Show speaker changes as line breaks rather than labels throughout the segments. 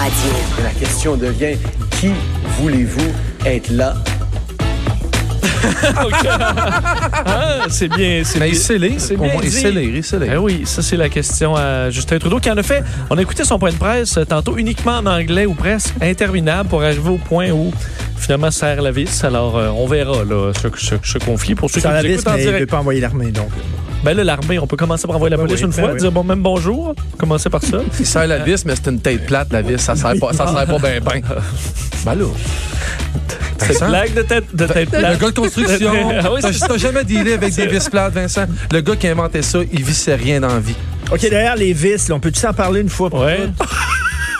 Radio.
La question devient qui voulez-vous être là?
Ah, c'est bien. C'est
Mais
bien.
il scellé,
c'est
au
bien
moins, il
dit.
scellé, il scellé.
Ben oui, ça c'est la question à Justin Trudeau qui en a fait. On a écouté son point de presse euh, tantôt uniquement en anglais ou presque interminable pour arriver au point où finalement serre la vis. Alors euh, on verra là ce, ce- ce conflit pour ceux
Sur
qui
la
nous
liste,
écoutent en
mais il ne peut
direct.
pas envoyer l'armée, donc.
Ben là l'armée, on peut commencer par envoyer la
Ben
police
oui,
une
ben
fois,
oui.
dire bon même bonjour, commencer par ça.
Il serre la vis, mais c'est une tête plate, la vis. Ça sert pas, ça sert pas ben ben. Ben là.
Cette
Vincent?
blague de tête de tête
Le
plate.
gars de construction.
Ah oui, c'est
T'as t'as jamais dealé avec des vis plates, Vincent. Le gars qui a inventé ça, il vissait rien dans la vie.
OK, derrière les vis, là, on peut-tu s'en parler une fois pour
Ouais.
toutes?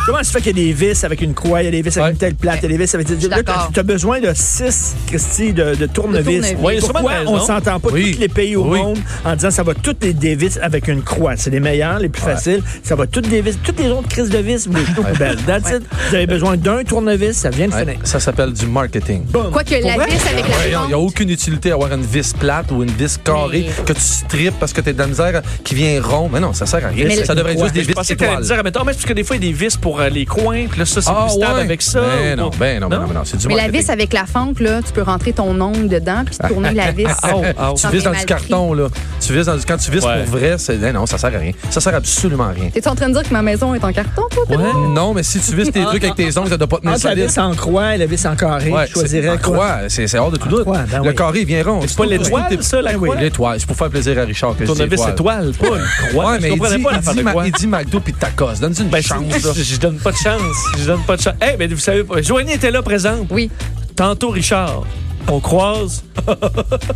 Comment ça se fait qu'il y a des vis avec une croix, il y a des vis avec
Ouais.
une telle plate, il y a des vis avec...
suis d'accord.
Tu as besoin de six, Christy, de, de tournevis.
tournevis.
Ouais, il y a sûrement
Pourquoi
une raison.
on s'entend pas
Oui.
tous les pays au
Oui.
monde en disant ça va toutes les des vis avec une croix? C'est les meilleurs, les plus faciles. Ça va toutes des vis. Toutes les autres crises de vis, vous les jetez aux poubelles. That's it. Vous avez besoin d'un tournevis, ça vient de
Ouais,
finir.
Ça s'appelle du marketing.
Boum.
Quoique la
vrai?
vis avec
Il n'y
la
a
réponse.
aucune utilité à avoir une vis plate ou une vis carrée
Mais-
que tu strippes parce que t'es de la misère qui vient rond. Mais non, ça sert à rien.
Mais-
ça devrait être juste des
Je
vis
pensais que t'allais
étoiles.
dire, mettons, mais c'est parce que des fois, il y a des vis pour euh, les coins, puis là, ça, c'est
Ah,
plus stable
ouais.
avec ça.
Ben
ou-
non, ben non, ben non, ben non, c'est du
Mais la
marketing.
vis avec la fente, là, tu peux rentrer ton ongle dedans puis tourner la vis.
Ah, oh, ah, oh.
Tu vises dans du carton, là. Tu vises dans du... Quand tu vises
Ouais.
pour vrai, c'est... eh non, ça sert à rien. Ça sert absolument à rien.
T'es en train de dire que ma maison est en carton, toi? Pedro?
Ouais, Non, mais si tu vises
Ah.
tes trucs avec tes ongles, ça doit pas tenir
Entre Ah, la
solide.
vis en croix et la vis en carré,
Ouais,
je choisirais
c'est- en
quoi?
croix, c'est c'est hors de
Ah,
tout doute.
croix, ben
Le
oui.
carré, il vient rond. ben
C'est pas l'étoile, ça, la
Oui,
croix?
l'étoile. C'est pour faire plaisir à Richard que je
Ton
dis
avis, c'est étoile, pas une croix.
Ouais, mais
je
il dit,
comprenais pas
il,
l'affaire
dit,
de
ma-
croix.
il dit McDo puis tacos. Donne-lui une
Ben,
chance, là.
je, je donne pas de chance. Je donne pas de chance. Eh, ben, vous savez pas. Joanie était là présente.
Oui.
Tantôt, Richard, on croise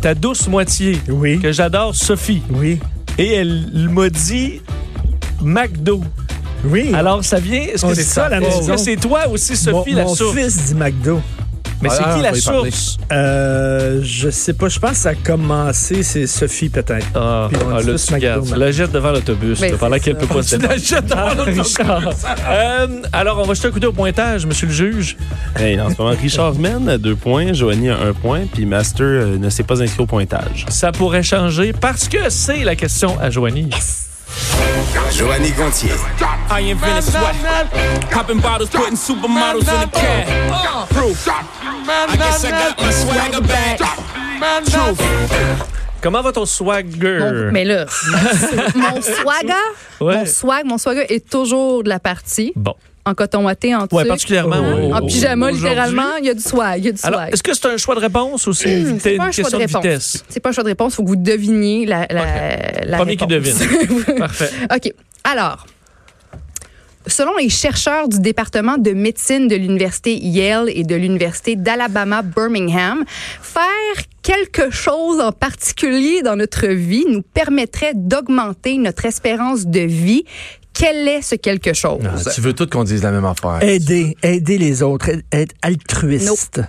ta douce moitié,
Oui.
que j'adore, Sophie.
Oui.
Et elle m'a dit McDo.
Oui.
Alors, ça vient. Est-ce
On
que
dit
c'est
ça à la
Est-ce
maison.
que c'est toi aussi, Sophie,
mon,
la
mon
source?
fils dit McDo.
Mais c'est
Ah,
qui
on
la
va y parler.
source?
Euh, je sais pas, je pense que ça a commencé, c'est Sophie peut-être.
Ah,
Puis on
ah,
dit
là,
tous
tu
McDo,
gardes. Tu
Mac-
la jettes devant l'autobus,
Ben,
là, pendant
c'est
qu'elle
ça.
peut pas se
Tu la jettes devant
Ah, Richard. Euh, alors, on va jeter un coup d'œil au pointage, monsieur le juge.
Hey, en ce moment, Richard mène à deux points, Joanie à un point, puis Master euh, ne s'est pas inscrit au pointage.
Ça pourrait changer parce que c'est la question à Joanie.
Joanny Gontier.
I invented sweat. Popping bottles, putting supermodels in the cab. Proof. I guess I got my swagger back. Truth.
Comment va ton swagger?
Mon- mais là, mon swagger,
Ouais.
mon swag, mon swagger est toujours de la partie.
Bon.
En coton watté, en
Ouais,
tuque,
particulièrement au-
en
au-
pyjama,
aujourd'hui.
littéralement, il y a du swag, il y a du
Alors,
swag.
est-ce que c'est un choix de réponse ou c'est une,
C'est pas
une
un choix de
question de,
réponse.
vitesse?
C'est pas un choix de réponse, faut que vous deviniez la, la, la
Premier qui
réponse.
devine. Parfait.
OK. Alors, selon les chercheurs du département de médecine de l'Université Yale et de l'Université d'Alabama Birmingham, faire quelque chose en particulier dans notre vie nous permettrait d'augmenter notre espérance de vie. Quel est ce quelque chose?
Ah, Tu veux tout qu'on dise la même affaire.
Aider, aider les autres, être- être altruiste.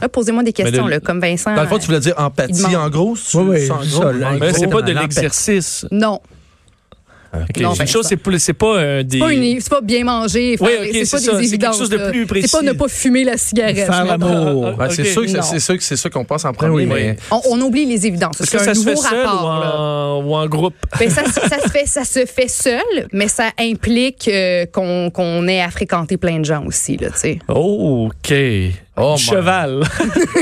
Ah, Posez-moi des questions,
le-
là, comme Vincent. euh,
Dans le fond, tu voulais dire
Il
empathie
demande.
en gros?
Oui, oui,
en
ça,
gros,
là,
en
en
Mais
gros.
c'est pas de
dans la
l'exercice.
Non.
Ok,
Non,
une
ben,
chose,
ça.
c'est pas, c'est pas un des.
C'est pas, une- c'est pas bien manger, faire-
Oui, ok,
c'est pas
c'est
des
ça, c'est quelque
évidences,
chose de
là.
plus
C'est pas
précis.
ne pas fumer la cigarette.
Faire
mettons.
l'amour.
Ah,
Ouais, c'est
ok. Ben
sûr que c'est-
Non.
c'est sûr que c'est ça qu'on pense en premier.
Oui, oui.
mais-
On, on oublie les évidences.
Est-ce
C'est
que ça
un
se fait
nouveau
seul ou
rapport. là.
en, ou en groupe?
Ben, ça, se- ça se fait, ça se fait seul, mais ça implique euh, qu'on qu'on ait à fréquenter plein de gens aussi, là, tu sais.
OK.
Oh,
Du
my-
cheval.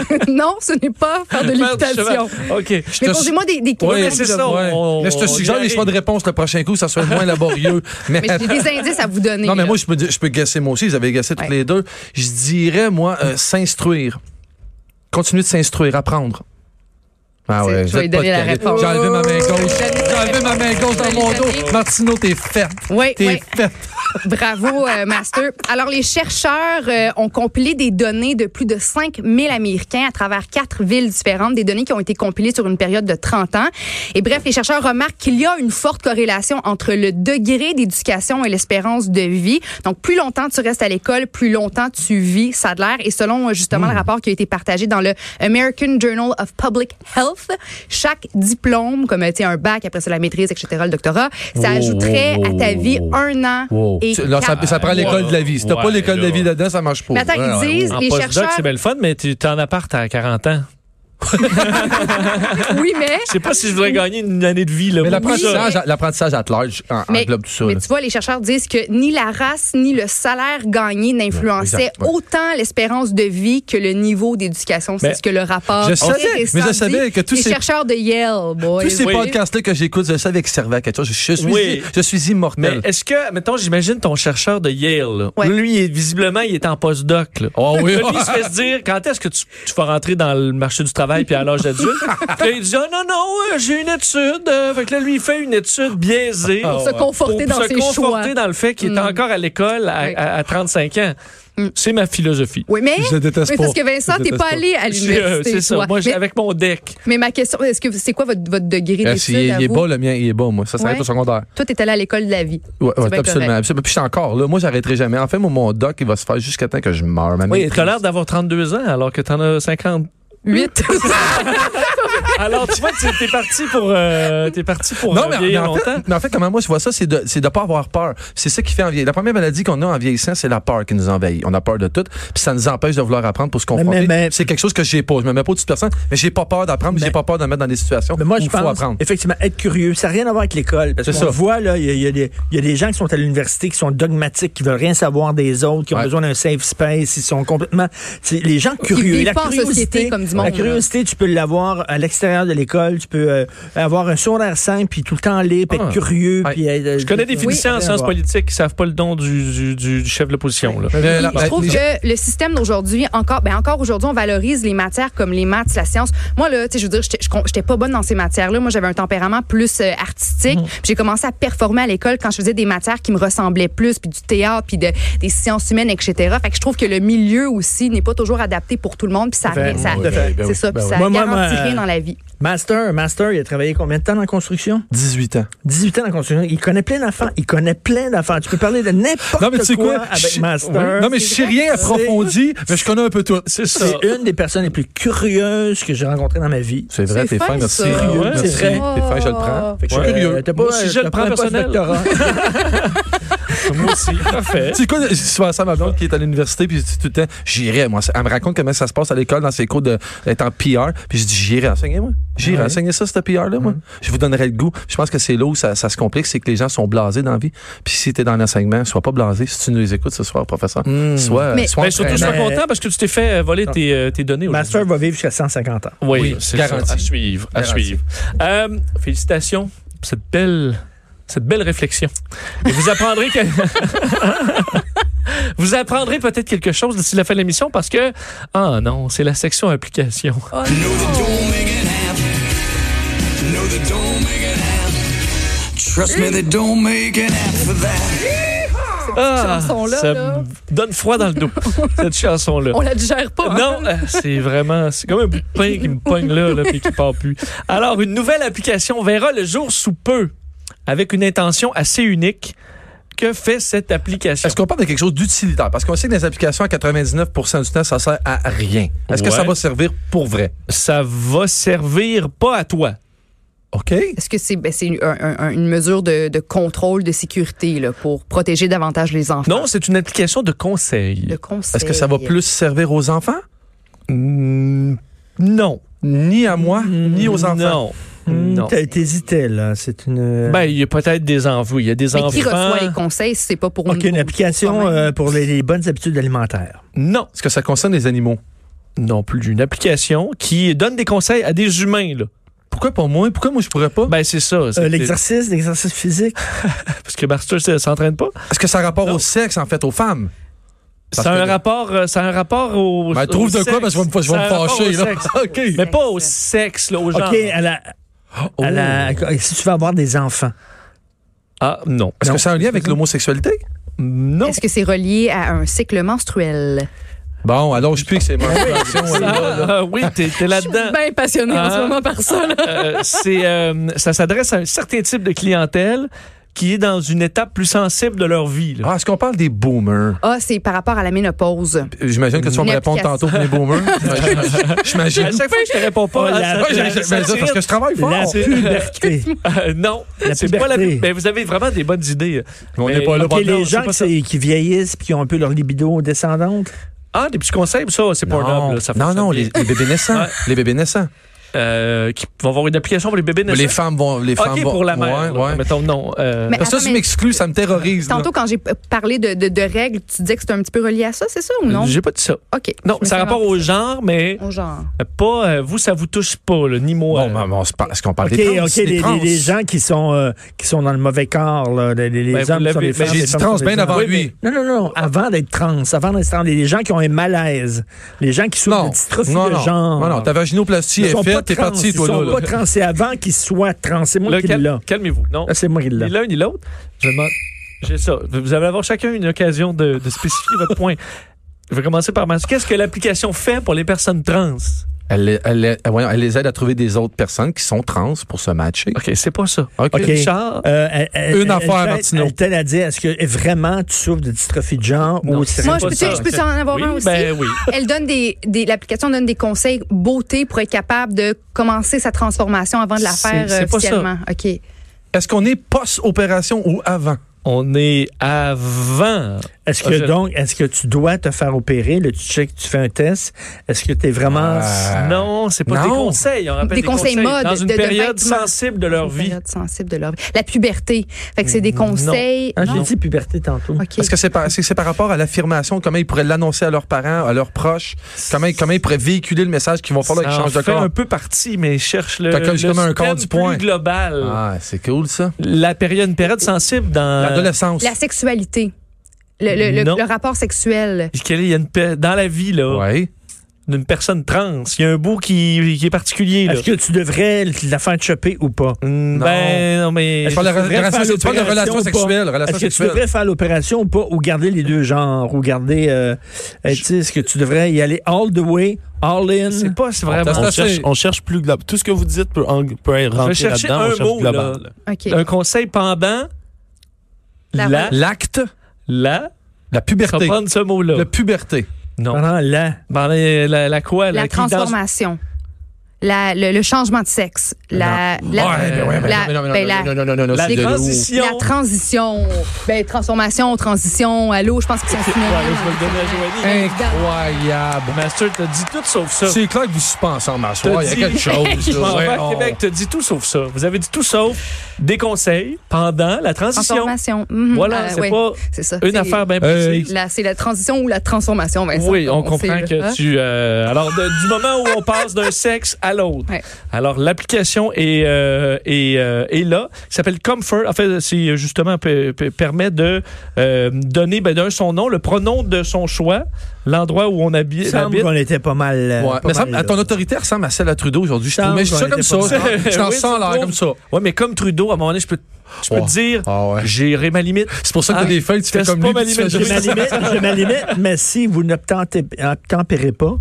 non, ce n'est pas faire de
Faire du
l'équitation.
cheval. OK.
Mais
te-
posez-moi des, des
Oui,
mais
questions.
c'est ça,
Ouais.
on-
mais je te
on y
suggère les
arrive.
choix de réponse le prochain coup, ça soit moins laborieux. Mais,
Mais j'ai des indices à vous donner.
non, mais
là.
moi, je peux, dire- je peux guesser moi aussi. Ils avaient guessé
Ouais.
tous les deux. Je dirais, moi, euh, s'instruire. Continuer de s'instruire, apprendre. Ah
C'est- je
vous
vais
êtes
lui donner
pas de
la
carré.
réponse. Oh,
J'ai enlevé ma main gauche.
Je vais lui
J'ai enlevé
donner
ma
la
main gauche dans
réponse.
mon
Je vais lui
dos.
donner-
Martino, t'es faite.
Ouais,
T'es
ouais.
faite.
Bravo, euh, Master. Alors, les chercheurs euh, ont compilé des données de plus de 5000 Américains à travers quatre villes différentes, des données qui ont été compilées sur une période de 30 ans. Et bref, les chercheurs remarquent qu'il y a une forte corrélation entre le degré d'éducation et l'espérance de vie. Donc, plus longtemps tu restes à l'école, plus longtemps tu vis, ça a de l'air. Et selon euh, justement
Hmm.
le rapport qui a été partagé dans le American Journal of Public Health, chaque diplôme, comme euh, tu sais, un bac, après ça la maîtrise, etc., le doctorat, ça ajouterait à ta vie un an
Wow.
et
Tu- là, ça,
quatre-
ça prend l'école de la vie. Si t'as
Ouais,
pas l'école de
là.
la vie dedans, ça marche pas.
Mais attends,
Ouais,
ils
ouais,
disent,
En
les
postdoc,
chercheurs...
c'est bien le fun, mais tu t'es en appart à 40 ans.
Oui, mais.
Je sais pas si je voudrais gagner une année de vie. Là,
Mais
pour ça.
l'apprentissage, l'apprentissage à large en-
Mais,
englobe tout ça.
mais
là.
tu vois, les chercheurs disent que ni la race ni le salaire gagné n'influençaient
Exact, ouais.
autant l'espérance de vie que le niveau d'éducation.
Mais
C'est ce que le rapport.
je
très
savais, mais
récent
je savais
dit.
que tous
les
ces-
chercheurs de Yale, boys.
Tous ces
Oui.
podcasts-là que j'écoute, je savais qu'ils servaient à quelque chose. Je suis,
Oui.
je suis
Mais
immortel.
est-ce que, mettons, j'imagine ton chercheur de Yale, là.
Ouais.
lui, il est- visiblement, il est en postdoc. Là.
Oh oui.
Lui, il se fait se dire, quand est-ce que tu, tu vas rentrer dans le marché du travail puis à l'âge adulte? Puis là, il dit, ah non, non, euh, j'ai une étude. Euh, fait que là, lui, il fait une étude biaisée.
Ah,
Pour se conforter
pour
dans
se
ses
conforter
choix. Mm.
dans le fait qu'il est encore à l'école à,
Oui.
à- à 35 ans.
Mm.
C'est ma philosophie.
Oui, mais.
Je déteste
mais
pas.
parce que Vincent,
Je
t'es
déteste
pas
pas.
allé à
J'ai, euh,
l'université.
C'est ça.
toi.
Moi, j'ai-
mais,
avec mon deck.
mais ma question, est-ce que c'est quoi votre, votre degré
Ah,
d'études?
si, il
à
est
vous?
bas, le mien, il est bas, moi. Ça s'arrête
Ouais.
au secondaire.
Toi, t'es allé à l'école de la vie.
Oui,
C'est bien
absolument,
correct.
absolument. Puis je suis encore là. Moi, j'arrêterai jamais. En fait, moi, mon doc, il va se faire jusqu'à temps que je meure. ma
Oui,
maîtrise.
t'as l'air d'avoir 32 ans alors que t'en as 50.
8.
Alors, tu vois, tu- t'es parti pour, euh, t'es parti pour
Non,
euh,
mais, mais
vieillir
en
longtemps.
fait, mais en fait, comment moi je vois ça, c'est de c'est de pas avoir peur. C'est ça qui fait envie. La première maladie qu'on a en vieillissant, c'est la peur qui nous envahit. On a peur de tout, puis ça nous empêche de vouloir apprendre pour se confronter.
mais- mais-
c'est quelque chose que j'ai pas. Je me mets pas toute personne, mais j'ai pas peur d'apprendre, puis j'ai
Mais-
pas peur de me mettre dans des situations
Mais moi,
où
je
il faut
pense,
apprendre.
effectivement, être curieux, ça n'a rien à voir avec l'école. Parce
C'est
qu'on
ça.
voit, là, il y, a- il y a des- il y a des gens qui sont à l'université, qui sont dogmatiques, qui veulent rien savoir des autres, qui ont
Ouais.
besoin d'un safe space, ils sont complètement... c'est Les gens curieux.
vivent
La
pas en
curiosité,
société comme du monde,
la curiosité, tu peux l'avoir à l'extérieur de l'école, tu peux euh, avoir un sourire simple, puis tout le temps libre, être
Ah.
curieux.
Ouais.
Puis, euh,
Je connais des
oui,
physiciens en
rien à
sciences
voir.
politiques qui savent pas le don du, du- du- du chef de l'opposition. là.
Mais Euh, la-
Puis, je
la-
trouve
les-
que le système d'aujourd'hui, encore, ben encore aujourd'hui, on valorise les matières comme les maths, la science. Moi, là, tu sais, je veux dire, j'étais- je con- j'étais pas bonne dans ces matières-là. Moi, j'avais un tempérament plus euh,
Mhm.
artistique. Puis J'ai commencé à performer à l'école quand je faisais des matières qui me ressemblaient plus, puis du théâtre, puis de- des sciences humaines, etc. Fait que je trouve que le milieu aussi n'est pas toujours adapté pour tout le monde, puis ça,
Fait-
ça,
de fait,
ben
c'est
oui,
ça,
ben
puis
oui.
ça
Moi, moi,
garantit
ma-
rien dans la vie.
Master, master, il a travaillé combien de temps dans la construction?
18 ans.
18 ans dans la construction. Il connaît plein d'enfants. Il connaît plein d'enfants. Tu peux parler de n'importe
Non mais tu sais quoi,
avec
Je-
master.
Non mais je sais rien approfondi, mais je connais un peu tout.
C'est ça.
C'est une des personnes les plus curieuses que j'ai rencontrées dans ma vie.
C'est vrai, t'es
C'est fin,
fin, merci.
ça.
Curieux,
Merci.
c'est vrai.
T'es fin, je le prends.
Fait que
Ouais.
je suis curieux. T'as pas,
Moi aussi, je
t'as
le prends
pas un poste
personnel.
doctorat.
Moi aussi. Parfait.
Tu sais quoi, souvent ça, ma blonde qui est à l'université, puis je dis tout le temps, j'irai, moi. Elle me raconte comment ça se passe à l'école dans ses cours de- d'être en PR, puis je dis, j'irai enseigner, moi. J'irai enseigner ça, ce PR-là,
Mm-hmm.
moi. Je vous donnerai le goût. Je pense que c'est là où ça, ça se complique, c'est que les gens sont blasés dans la vie. Puis si t'es dans l'enseignement, sois pas blasé si tu nous écoutes ce soir, professeur. Soit,
Mais-
soit
Ben, surtout, je suis
entraînant.
Mais-
content parce que tu t'es fait euh, voler tes, euh, tes données aujourd'hui.
Master va vivre jusqu'à 150 ans.
Oui,
Oui,
c'est
garanti.
ça. À suivre. À
Garanti.
suivre. Euh, félicitations pour cette belle, cette belle réflexion. Et vous apprendrez que. Vous apprendrez peut-être quelque chose d'ici la fin de l'émission parce que, ah non, c'est la section application.
Oh Trust me, they don't make an app for that.
Ah,
chanson-là,
ça
là.
me donne froid dans le dos, cette chanson-là.
On la digère pas. hein?
Non, euh, c'est vraiment, c'est comme un bout de pain qui me pogne là, là puis qui part plus. Alors, une nouvelle application verra le jour sous peu, avec une intention assez unique. Que fait cette application?
Est-ce qu'on parle de quelque chose d'utilitaire? Parce qu'on sait que les applications, à 99 du temps, ça sert à rien. Est-ce que ça
Ouais.
va servir pour vrai?
Ça va servir pas à toi.
OK?
Est-ce que c'est ben, c'est une, un- un- une mesure de, de contrôle, de sécurité là, pour protéger davantage les enfants?
Non, c'est une application de conseil.
Le conseil.
Est-ce que ça va plus servir aux enfants?
Mm, Non.
Ni à moi, ni aux enfants?
Non. Non.
T'as- T'hésitais, là. C'est une. euh,
Ben, il y a peut-être des enfants. Il y a des
Mais
enfants.
qui reçoit les conseils si c'est pas pour
OK,
nous?
une application
Quand même.
euh, pour les, les bonnes habitudes alimentaires.
Non.
Est-ce que ça concerne les animaux?
Non plus. Une application qui donne des conseils à des humains, là.
Pourquoi pas moi? Pourquoi moi je pourrais pas?
Ben, c'est ça.
Euh,
c'est-
l'exercice, l'exercice physique.
Parce que Master ça, s'entraîne pas.
Est-ce que ça a rapport
Non.
au sexe, en fait, aux femmes?
C'est
que-
un rapport, euh, c'est un rapport au.
Ben, trouve
au
de quoi,
sexe.
parce que je vais me- je vais
C'est
me
un rapport
fâcher,
au
là.
sexe.
OK.
Mais pas au sexe, là, au genre.
OK, à la,
Oh.
à la- si tu veux avoir des enfants.
Ah, non.
Est-ce
Non.
que ça a un lien avec l'homosexualité?
Non.
Est-ce que c'est relié à un cycle menstruel?
Bon, alors je puis que c'est menstruation.
Ah, ah, oui, t'es t'es là-dedans.
bien passionnée
en ce moment
par ça.
Euh, c'est, euh, ça s'adresse à un certain type de clientèle qui est dans une étape plus sensible de leur vie. là.
Ah, est-ce qu'on parle des boomers?
Ah, c'est par rapport à la ménopause.
J'imagine que tu vas me
Une
répondre tantôt
application.
pour les boomers. J'imagine.
À chaque fois que je te réponds pas,
Oh,
hein,
la-
ça-
Ouais, j'ai-
ça-
j'ai-
ça
mais ça, parce que je travaille fort.
La puberté.
Euh, non,
La
c'est pas la
puberté.
ben, vous avez vraiment des bonnes idées.
Mais on
Mais-
n'est pas là
OK,
pour
les
non,
gens
c'est pas
qui, qui vieillissent puis qui ont un peu leur libido descendante.
Ah, des petits conseils, ça, c'est pas
non,
noble. Ça fait
non,
ça
non,
bien.
les, les bébés naissants.
Ouais.
Les bébés naissants.
Euh, qui vont avoir une application pour les bébés naissants.
Les femmes vont. Les femmes
OK,
vont-
pour la mère.
Ouais,
là.
ouais.
Mettons, non. euh,
Mais
Parce que
attends,
ça, tu
mais-
m'exclus, ça me terrorise. là.
Tantôt, quand j'ai p- parlé de, de- de règles, tu disais que c'était un petit peu relié à ça, c'est ça ou non?
J'ai pas dit ça.
OK.
Non,
Je me
ça a
suis
rapport au
rendu-
genre, mais
au genre.
pas euh, vous, ça vous touche pas, là, ni moi.
Bon, ben, on se parle- est-ce qu'on parle
OK,
des trans?
OK,
Des
les,
trans.
les- les gens qui sont, euh, qui sont dans le mauvais corps, là, les, les- les
Ben, vous
hommes sont
l'avez-
les
mais
femmes.
j'ai
les
dit
femmes
trans ben,
sont les
bien
hommes.
avant
Oui,
lui.
mais- Non, non, non, avant d'être trans, avant d'être trans, les gens qui ont un malaise, les gens qui souffrent
Non.
de dystrophie
Non,
de
non.
genre.
Non, non, ta vaginoplastie
Ils sont
est
pas
faite, t'es
trans,
parti, toi,
Ils
là.
sont pas
là.
trans, c'est avant qu'ils soient trans. C'est moi
Là,
qui
cal-
l'ai.
Calmez-vous. Non.
Ah, C'est moi qui l'ai.
Ni l'un ni l'autre. Je demande- J'ai ça. Vous allez avoir chacun une occasion de, de spécifier votre point. Je vais commencer par Mathieu. Qu'est-ce que l'application fait pour les personnes trans?
Elle, elle- elle- voyons, elle les aide à trouver des autres personnes qui sont trans pour se matcher.
OK, c'est pas ça.
OK.
OK.
Richard,
Euh, elle- elle-
Une
elle-
affaire,
elle-
Martineau.
Elle t'aide à dire, est-ce que vraiment tu souffres de dystrophie de genre
Non,
ou
c'est
Moi,
pas
je peux,
ça.
je peux en avoir
Oui,
un aussi.
ben oui.
Elle donne des, des l'application donne des conseils beauté pour être capable de commencer sa transformation avant de la
C'est-
faire
c'est
euh,
pas ça.
officiellement. OK.
Est-ce qu'on est post-opération ou avant?
on est avant.
Est-ce
Ah, je-
que donc, est-ce que tu dois te faire opérer? Là, tu check, tu fais un test. Est-ce que tu es vraiment.
Ah.
Non, c'est pas des
Non.
conseils. On rappelle
Des conseils mode,
Dans une
de- de
période
vêtements.
sensible de leur
Une
vie.
période sensible de leur vie. La puberté. Fait que c'est des conseils.
Ah, j'ai
Non.
dit puberté tantôt.
OK.
Est-ce que c'est par, c'est- c'est par rapport à l'affirmation, comment ils pourraient l'annoncer à leurs parents, à leurs proches, comment, ils- comment ils pourraient véhiculer le message qu'ils vont falloir qu'ils
Ça en
changent de
fait
corps?
un peu partie, mais cherche le,
T'as comme-
le
j'ai comme un corps
système
du point.
plus global.
Ah, c'est cool ça.
La période, une période sensible
Euh,
dans...
L'adolescence.
La sexualité. Le, le- le-
Non.
le rapport sexuel.
Quelle est- Il y a une pa- dans la vie là,
Oui.
d'une personne trans, il y a un bout qui, qui est particulier. Là.
Est-ce que tu devrais la faire choper ou pas?
Mm, Ben, non, mais.
Tu parles de
Tu devrais
relation-
faire
tu parles de
l'opération
relation
ou pas?
sexuelle. Relation
Est-ce que tu
sexuelle.
devrais faire l'opération ou pas? Ou garder les deux genres? Ou garder. euh, euh, tu sais, est-ce que tu devrais y aller all the way, all in?
C'est pas c'est vraiment.
On
On
Ça,
cherche,
c'est-
on cherche plus global. Tout ce que vous dites peut, en- peut
Je vais
rentrer
chercher
là-dedans.
un
on cherche
mot.
global.
Là.
OK.
Un conseil pendant.
La-
Euh, La.
L'acte,
La.
la
Ça va
puberté.
prendre ce mot-là.
La puberté.
Non.
Pendant la.
Pendant la, la, la quoi?
la
qui danse-
transformation. La, le, le changement de sexe. La, la,
Ouais, ben ouais, ben
la-
non, mais non, mais
ben
non,
la-
non, non, non, non, non,
La
c'est de l'eau.
transition.
la transition. Ben, transformation, transition, allô, je pense que c'est
Ouais, là, je vais le donner à Joanie.
Euh,
Incroyable.
Master, t'as dit tout sauf ça.
C'est clair que vous suspens ensemble à
T'as
soir. Il y a
dit-
quelque chose.
Je
là.
m'en vais à
Ouais, oh.
Québec, t'as dit tout sauf ça. Vous avez dit tout sauf des conseils pendant la transition.
Transformation. Mhm.
Voilà,
Ah,
c'est
ouais.
pas
C'est ça.
une
C'est-
affaire bien
Euh,
précise.
la- C'est la transition ou la transformation, Vincent.
Oui, on
sait,
comprend
là.
que
Hein?
tu. euh, alors, de- du moment où on passe d'un sexe à l'autre.
Ouais.
Alors, l'application est, euh, est, euh, est là. Ça s'appelle Comfort. En fait, c'est euh, justement pe- pe- permet de euh, donner ben, d'un son nom, le pronom de son choix, l'endroit où on habi-
Il semble
habite.
qu'on était pas mal. euh,
Ouais.
pas
Mais
mal
ça,
là.
ton autorité ressemble à celle à Trudeau aujourd'hui. Je
Semble
trouve. Mais je dis ça
qu'on
comme
était
ça.
pas
Je t'en
Oui,
sens
tu
l'air
trouves?
comme ça.
Oui, mais comme Trudeau, à un moment donné, je peux, je peux
Oh.
te dire,
Ah ouais.
j'ai ma limite.
C'est pour ça que
Ah,
t'as des feuilles, tu fais
c'est
comme
pas
lui.
ma
puis tu fais
limite,
Je
juste-
ma limite, je ma limite, mais si vous n'obtempérez pas,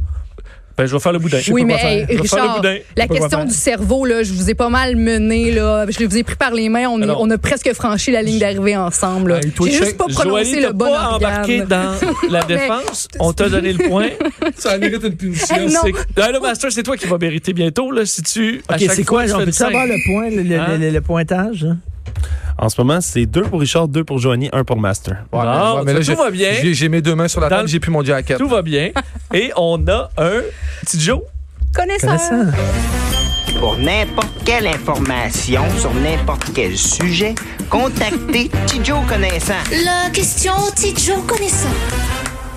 Ben, je vais faire le boudin.
Oui, mais
quoi faire.
hey,
Je vais faire le
Richard,
boudin.
la
Je sais pas quoi
question
faire.
du cerveau, là, je vous ai pas mal mené. Là. Je vous ai pris par les mains. On, est-
Alors-
on a presque franchi la ligne d'arrivée ensemble. là.
Hey, toi,
J'ai
check-
juste pas prononcé
Joanie,
le
t'as
bon
pas embarqué
organe.
dans la défense. On t'a donné le point.
Ça mérite une punition.
Hey, non.
C'est- Ah, là, Master, c'est toi qui vas mériter bientôt, là, si tu. à
OK,
chaque
c'est
fois,
quoi?
tu
On
fais
peut
du cinq.
savoir le point, le, le-
Hein?
le- le pointage? hein?
En ce moment, c'est deux pour Richard, deux pour Joanie, un pour Master.
Bon,
Ouais, ouais, mais là,
Ah, tout
j'ai-
va bien.
J'ai, j'ai mes deux mains sur la
Dans
table,
le-
j'ai plus mon jacket.
Tout va bien. Et on a un petit Joe.
Connaisseur.
Intéressant.
Pour n'importe quelle information sur n'importe quel sujet, contactez Tidjo Connaissant.
La question Tidjo connaissant.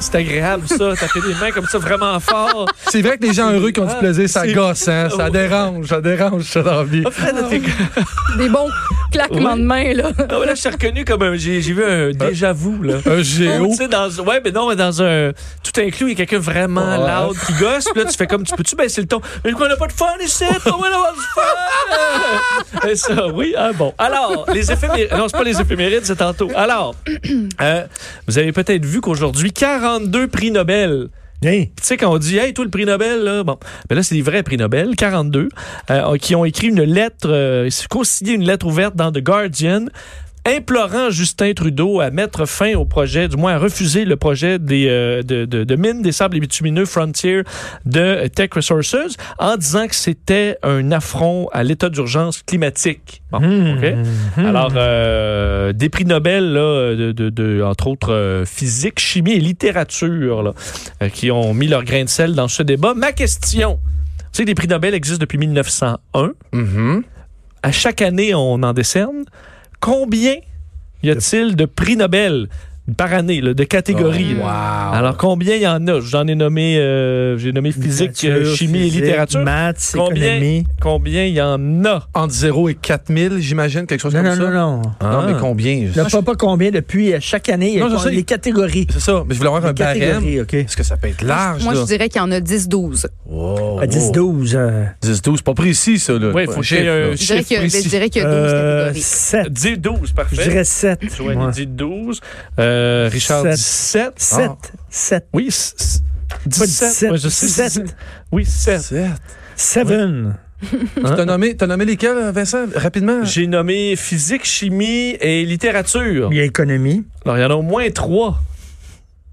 C'est agréable, ça. T'as fait des mains comme ça vraiment fort.
C'est vrai que les gens heureux qui ont du plaisir, ça
c'est- Ah,
gosse, hein. Ça dérange, ça dérange, ça dans la vie.
Ah, Des bons claquements de mains. Là.
Ah,
Non, mais là, je suis reconnu comme un. J'ai j'ai vu un déjà-vu, là.
Un géo.
Tu sais, dans, ouais, mais non, mais dans un. Tout inclus, il y a quelqu'un vraiment
Ouais.
loud qui gosse. Puis là, tu fais comme, tu peux-tu baisser le ton? Mais quoi, on n'a pas de fun ici? Comment on va se faire? Et ça, oui, ah bon. Alors, les éphémérides. Non, c'est pas les éphémérides, c'est tantôt. Alors, euh, vous avez peut-être vu qu'aujourd'hui, 42 prix Nobel.
Hey,
Tu sais, quand on dit, hey, toi, le prix Nobel, là, bon. Ben là, c'est des vrais prix Nobel, 42, euh, qui ont écrit une lettre, euh, co-signé une lettre ouverte dans The Guardian implorant Justin Trudeau à mettre fin au projet, du moins à refuser le projet des, euh, de, de, de mine des sables et bitumineux Frontier de Tech Resources en disant que c'était un affront à l'état d'urgence climatique. Bon,
Hmm.
OK. Alors, euh, des prix Nobel, là, de, de- de- entre autres euh, physique, chimie et littérature, là, euh, qui ont mis leur grain de sel dans ce débat. Ma question, tu sais, les prix Nobel existent depuis 1901.
Mm-hmm.
À chaque année, on en décerne. Combien y a-t-il de prix Nobel par année, là, de catégories?
Oh, wow.
Alors, combien il y en a? J'en ai nommé, euh, j'ai nommé physique, euh,
Littérature,
chimie
physique,
et littérature.
Maths,
Combien,
économie.
combien il y en a?
Entre 0 et 4000, j'imagine, quelque chose
Non,
comme
non,
ça.
non, non.
Non,
Ah.
mais combien?
Je ne sais pas combien depuis euh, chaque année. il y a
Non, je
quoi-
sais.
les catégories.
C'est ça, mais je voulais avoir
Les
un barème.
catégories, OK.
Est-ce que ça peut être large,
Moi,
là?
je dirais qu'il y en a 10-12.
Wow,
À 10,
wow.
12. euh,
10, 12, pas précis, ça, là.
Oui, il faut
Un
que tu aies
chiffre,
un
là.
Je dirais qu'il y, a- ben,
chiffre
je dirais qu'il y a 12
euh,
catégories.
7.
10, 12, parfait.
Je dirais 7.
Joanie dit 12. Euh, Richard
Sept.
dit 7.
7. 7.
Oui, s- s- 17.
17.
Ouais, je sais,
Sept.
17. Oui, 7.
Sept. Hein?
7.
T'as nommé, t'as nommé lesquels, euh, Vincent, rapidement?
J'ai nommé physique, chimie et littérature.
Il y a économie.
Alors, il y en a au moins 3.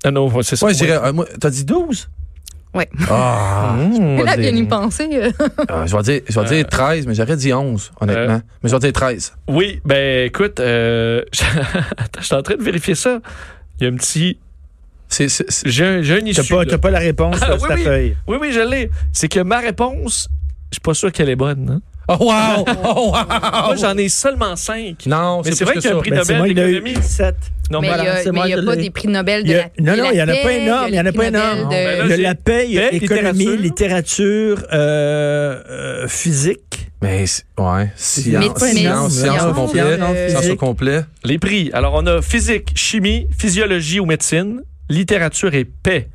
Ah non, ouais, c'est ça.
Ouais, je dirais, euh, moi, t'as dit 12?
Ouais.
Ah,
Mmh,
Mais
je
là,
vais
bien
dire-
y penser. euh,
Ah, je vais dire, je vais dire 13, mais j'aurais dit 11, honnêtement.
Euh.
Mais je vais dire 13.
Oui, ben écoute, euh, attends, je suis en train de vérifier ça. Il y a un petit...
C'est, c'est- c'est-
J'ai un, j'ai un
Tu
issue.
n'as pas,
là.
t'as pas la réponse
Ah,
sur
oui,
ta
oui.
feuille.
Oui, oui, je l'ai. C'est que ma réponse, je suis pas sûr qu'elle est bonne. hein.
Oh, wow! Oh,
Ah,
wow!
Moi, j'en ai seulement 5.
Non,
Mais
c'est
c'est
plus
vrai
que
qu'il y a
ça.
un prix
Ben, c'est
Nobel
moi qui l'ai eu.
d'économie.
Sept.
Non,
mais il
mais
n'y
voilà,
a,
c'est
mais
moi
il y a
qui
pas
l'ai.
des prix Nobel de
Il y a-
la
non,
de
non,
la
il n'y en a pas
paix,
énorme. Il n'y en a pas
prix Nobel
énorme.
de-
Ben là,
Il y a
j'ai-
la paix, il y a
paix,
économie,
littérature.
littérature, euh, euh, physique.
Mais, c'est- ouais,
Mais-
science,
mais-
science, science au
science,
complet.
euh,
Science au
physique.
complet.
Les prix. Alors, on a physique, chimie, physiologie ou médecine, littérature et paix.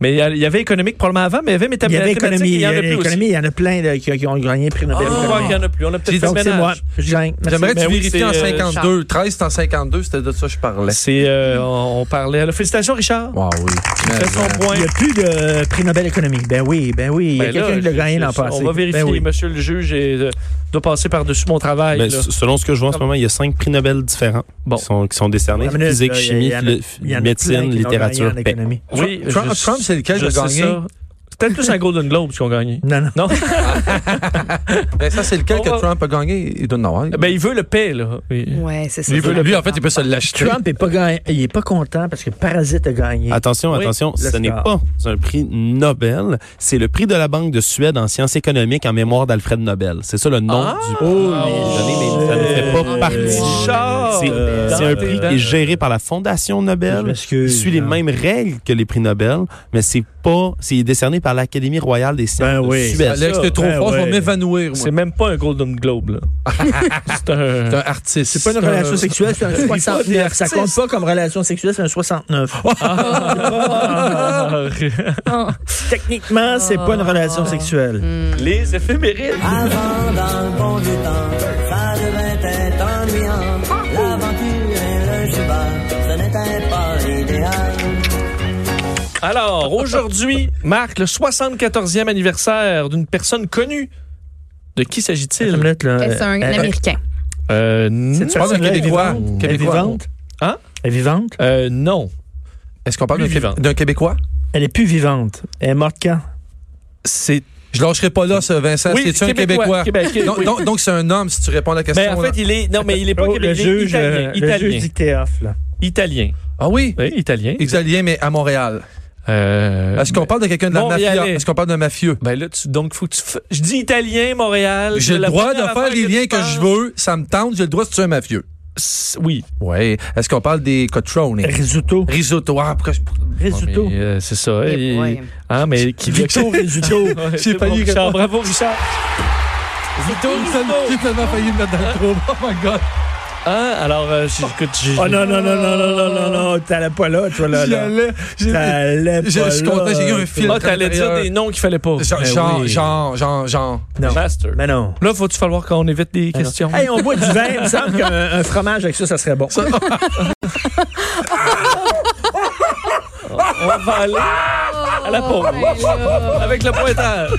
Mais il y a- il y avait économique probablement avant, mais il y avait méta-
Il y avait
mathématiques. et
économie. Il y,
en
a
a plus aussi.
économie, il y en a plein là, qui, qui ont gagné le prix Nobel.
On va voir qu'il y en a plus. On a peut-être fait
Donc,
le
c'est moi.
ménage.
Je gagne. Merci.
J'aimerais que tu
Ben oui,
vérifies
c'est,
en
euh,
52. 13, c'est en 52, c'était de ça que je parlais.
C'est, euh, on, on parlait. Alors, félicitations, Richard.
Wow, oui.
Fais son point.
Il n'y a plus de prix Nobel économique. Ben oui, ben oui. Il y a
Ben là,
quelqu'un qui l'a gagné l'an passé.
On va vérifier,
Ben oui.
monsieur le juge, et, euh, doit passer par-dessus mon travail.
Ben,
là.
s- selon ce que je vois en ce moment, il y a cinq prix Nobel différents
Bon.
qui, sont, qui sont décernés.
Une minute,
Physique,
là, il y a-
chimie,
il y en a-
philo-
il y en a plein
médecine,
qui l'ont
littérature, Ben,
gagné en
paix.
économie.
oui,
Trump-
je-
Trump, c'est lequel
je
qui a
sais
gagné?
ça. C'est peut-être plus un Golden Globe qui ont gagné.
Non, non.
Non?
Ben, ça, c'est lequel
On
que
va-
Trump a gagné? Il doit en avoir.
euh, ben, il veut le paix, là. Oui.
Ouais, c'est ça.
Lui,
c'est
veut-
ça.
lui, en fait, il peut se l'acheter.
Trump n'est pas, gagné- il est pas content parce que Parasite a gagné.
Attention,
Oui,
attention,
le
ce n'est
score.
pas un prix Nobel, c'est le prix de la Banque de Suède en sciences économiques en mémoire d'alfred Nobel. C'est ça le nom du prix.
shit.
ça ne fait pas partie.
Euh, Richard!
C'est
Euh,
c'est
dans
un
tes
prix
dents.
qui est géré par la Fondation
Je
Nobel.
m'excuse,
Il suit les
hein.
mêmes règles que les prix Nobel, mais c'est pas, c'est décerné par l'Académie royale des sciences
Ben
de
oui.
Suède.
Alex, t'es trop
Ben
fort, je
ouais.
vais m'évanouir. moi.
C'est même pas un Golden Globe, là. c'est un.
C'est un artiste. Euh,
C'est pas une relation sexuelle, c'est un 69. Ça compte pas comme relation sexuelle, c'est un 69. Ah. Techniquement, c'est pas une relation sexuelle.
Les éphémérides.
Avant dans le bon du temps, ça devait être ennuyant. L'aventure et le cheval, ce n'était pas l'idéal.
Alors, aujourd'hui marque le 74e anniversaire d'une personne connue. De qui
Une
s'agit-il?
minute, là.
C'est un
Elle-
Américain.
Euh, non.
Cette personne-là
Québécois.
est vivante?
Québécois.
Elle est vivante?
Hein?
Elle est vivante?
Euh, non.
Est-ce qu'on parle
Plus
d'un Québé-
vivant.
d'un Québécois?
Elle est plus vivante. Elle est morte quand?
C'est. Je lâcherai pas là, ça, Vincent.
Oui,
C'est-tu un
Québécois.
Québécois?
Québec-
Donc,
oui.
donc- donc c'est un homme, si tu réponds à la question.
Ben, en
là.
fait, il est. Non, mais il est pas
Oh, le
Québécois. il est
juge,
italien.
euh, le
Italien.
juge dicté off, là.
Italien.
Ah oui?
Oui, italien.
Italien, mais à Montréal.
Euh,
Ah,
Est-ce qu'on parle de quelqu'un de la
Montréalais.
mafia? Est-ce qu'on parle d'un mafieux?
Ben là, tu, donc, faut que tu. fa- Je dis italien, Montréal.
J'ai
c'est
le
la
droit de
première
faire
affaire
les
tu
liens que
penses.
je veux. Ça me tente. J'ai le droit de tuer un mafieux.
S- Oui.
Oui. Est-ce qu'on parle des Cotroni?
Risotto.
Risotto. Ah, pourquoi je...
Risotto.
Mais, euh, c'est ça.
Et
il-
ouais.
Hein, mais qui
Victor Risotto.
Ouais,
J'ai
c'est
failli
bon, Richard.
répondre.
Bravo, Richard.
J'ai tellement failli me mettre dans le trou. Oh my God.
Hein? Alors, euh, j- écoute, j'ai-
Oh non, non, non, non, non, non, non, non, t'allais pas là, toi, là.
J'y
là.
allais. J'ai-
T'allais pas
Je je suis content.
là,
J'ai eu un
toi.
film.
Ah, t'allais dire des noms qu'il fallait pas.
Genre,
Ben
genre,
oui.
genre, genre, genre.
Non.
Master.
Mais non.
Là, faut-tu falloir qu'on évite des questions?
Hey, on boit du vin. Il me semble qu'un un fromage avec ça, ça serait bon.
On va aller à la pause
Oh
eh,
avec le pointage.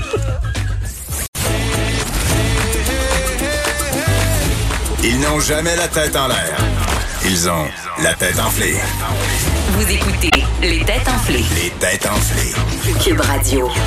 Ils n'ont jamais la tête en l'air. Ils ont la tête enflée.
Vous écoutez les têtes enflées.
Les têtes enflées.
Cube Radio.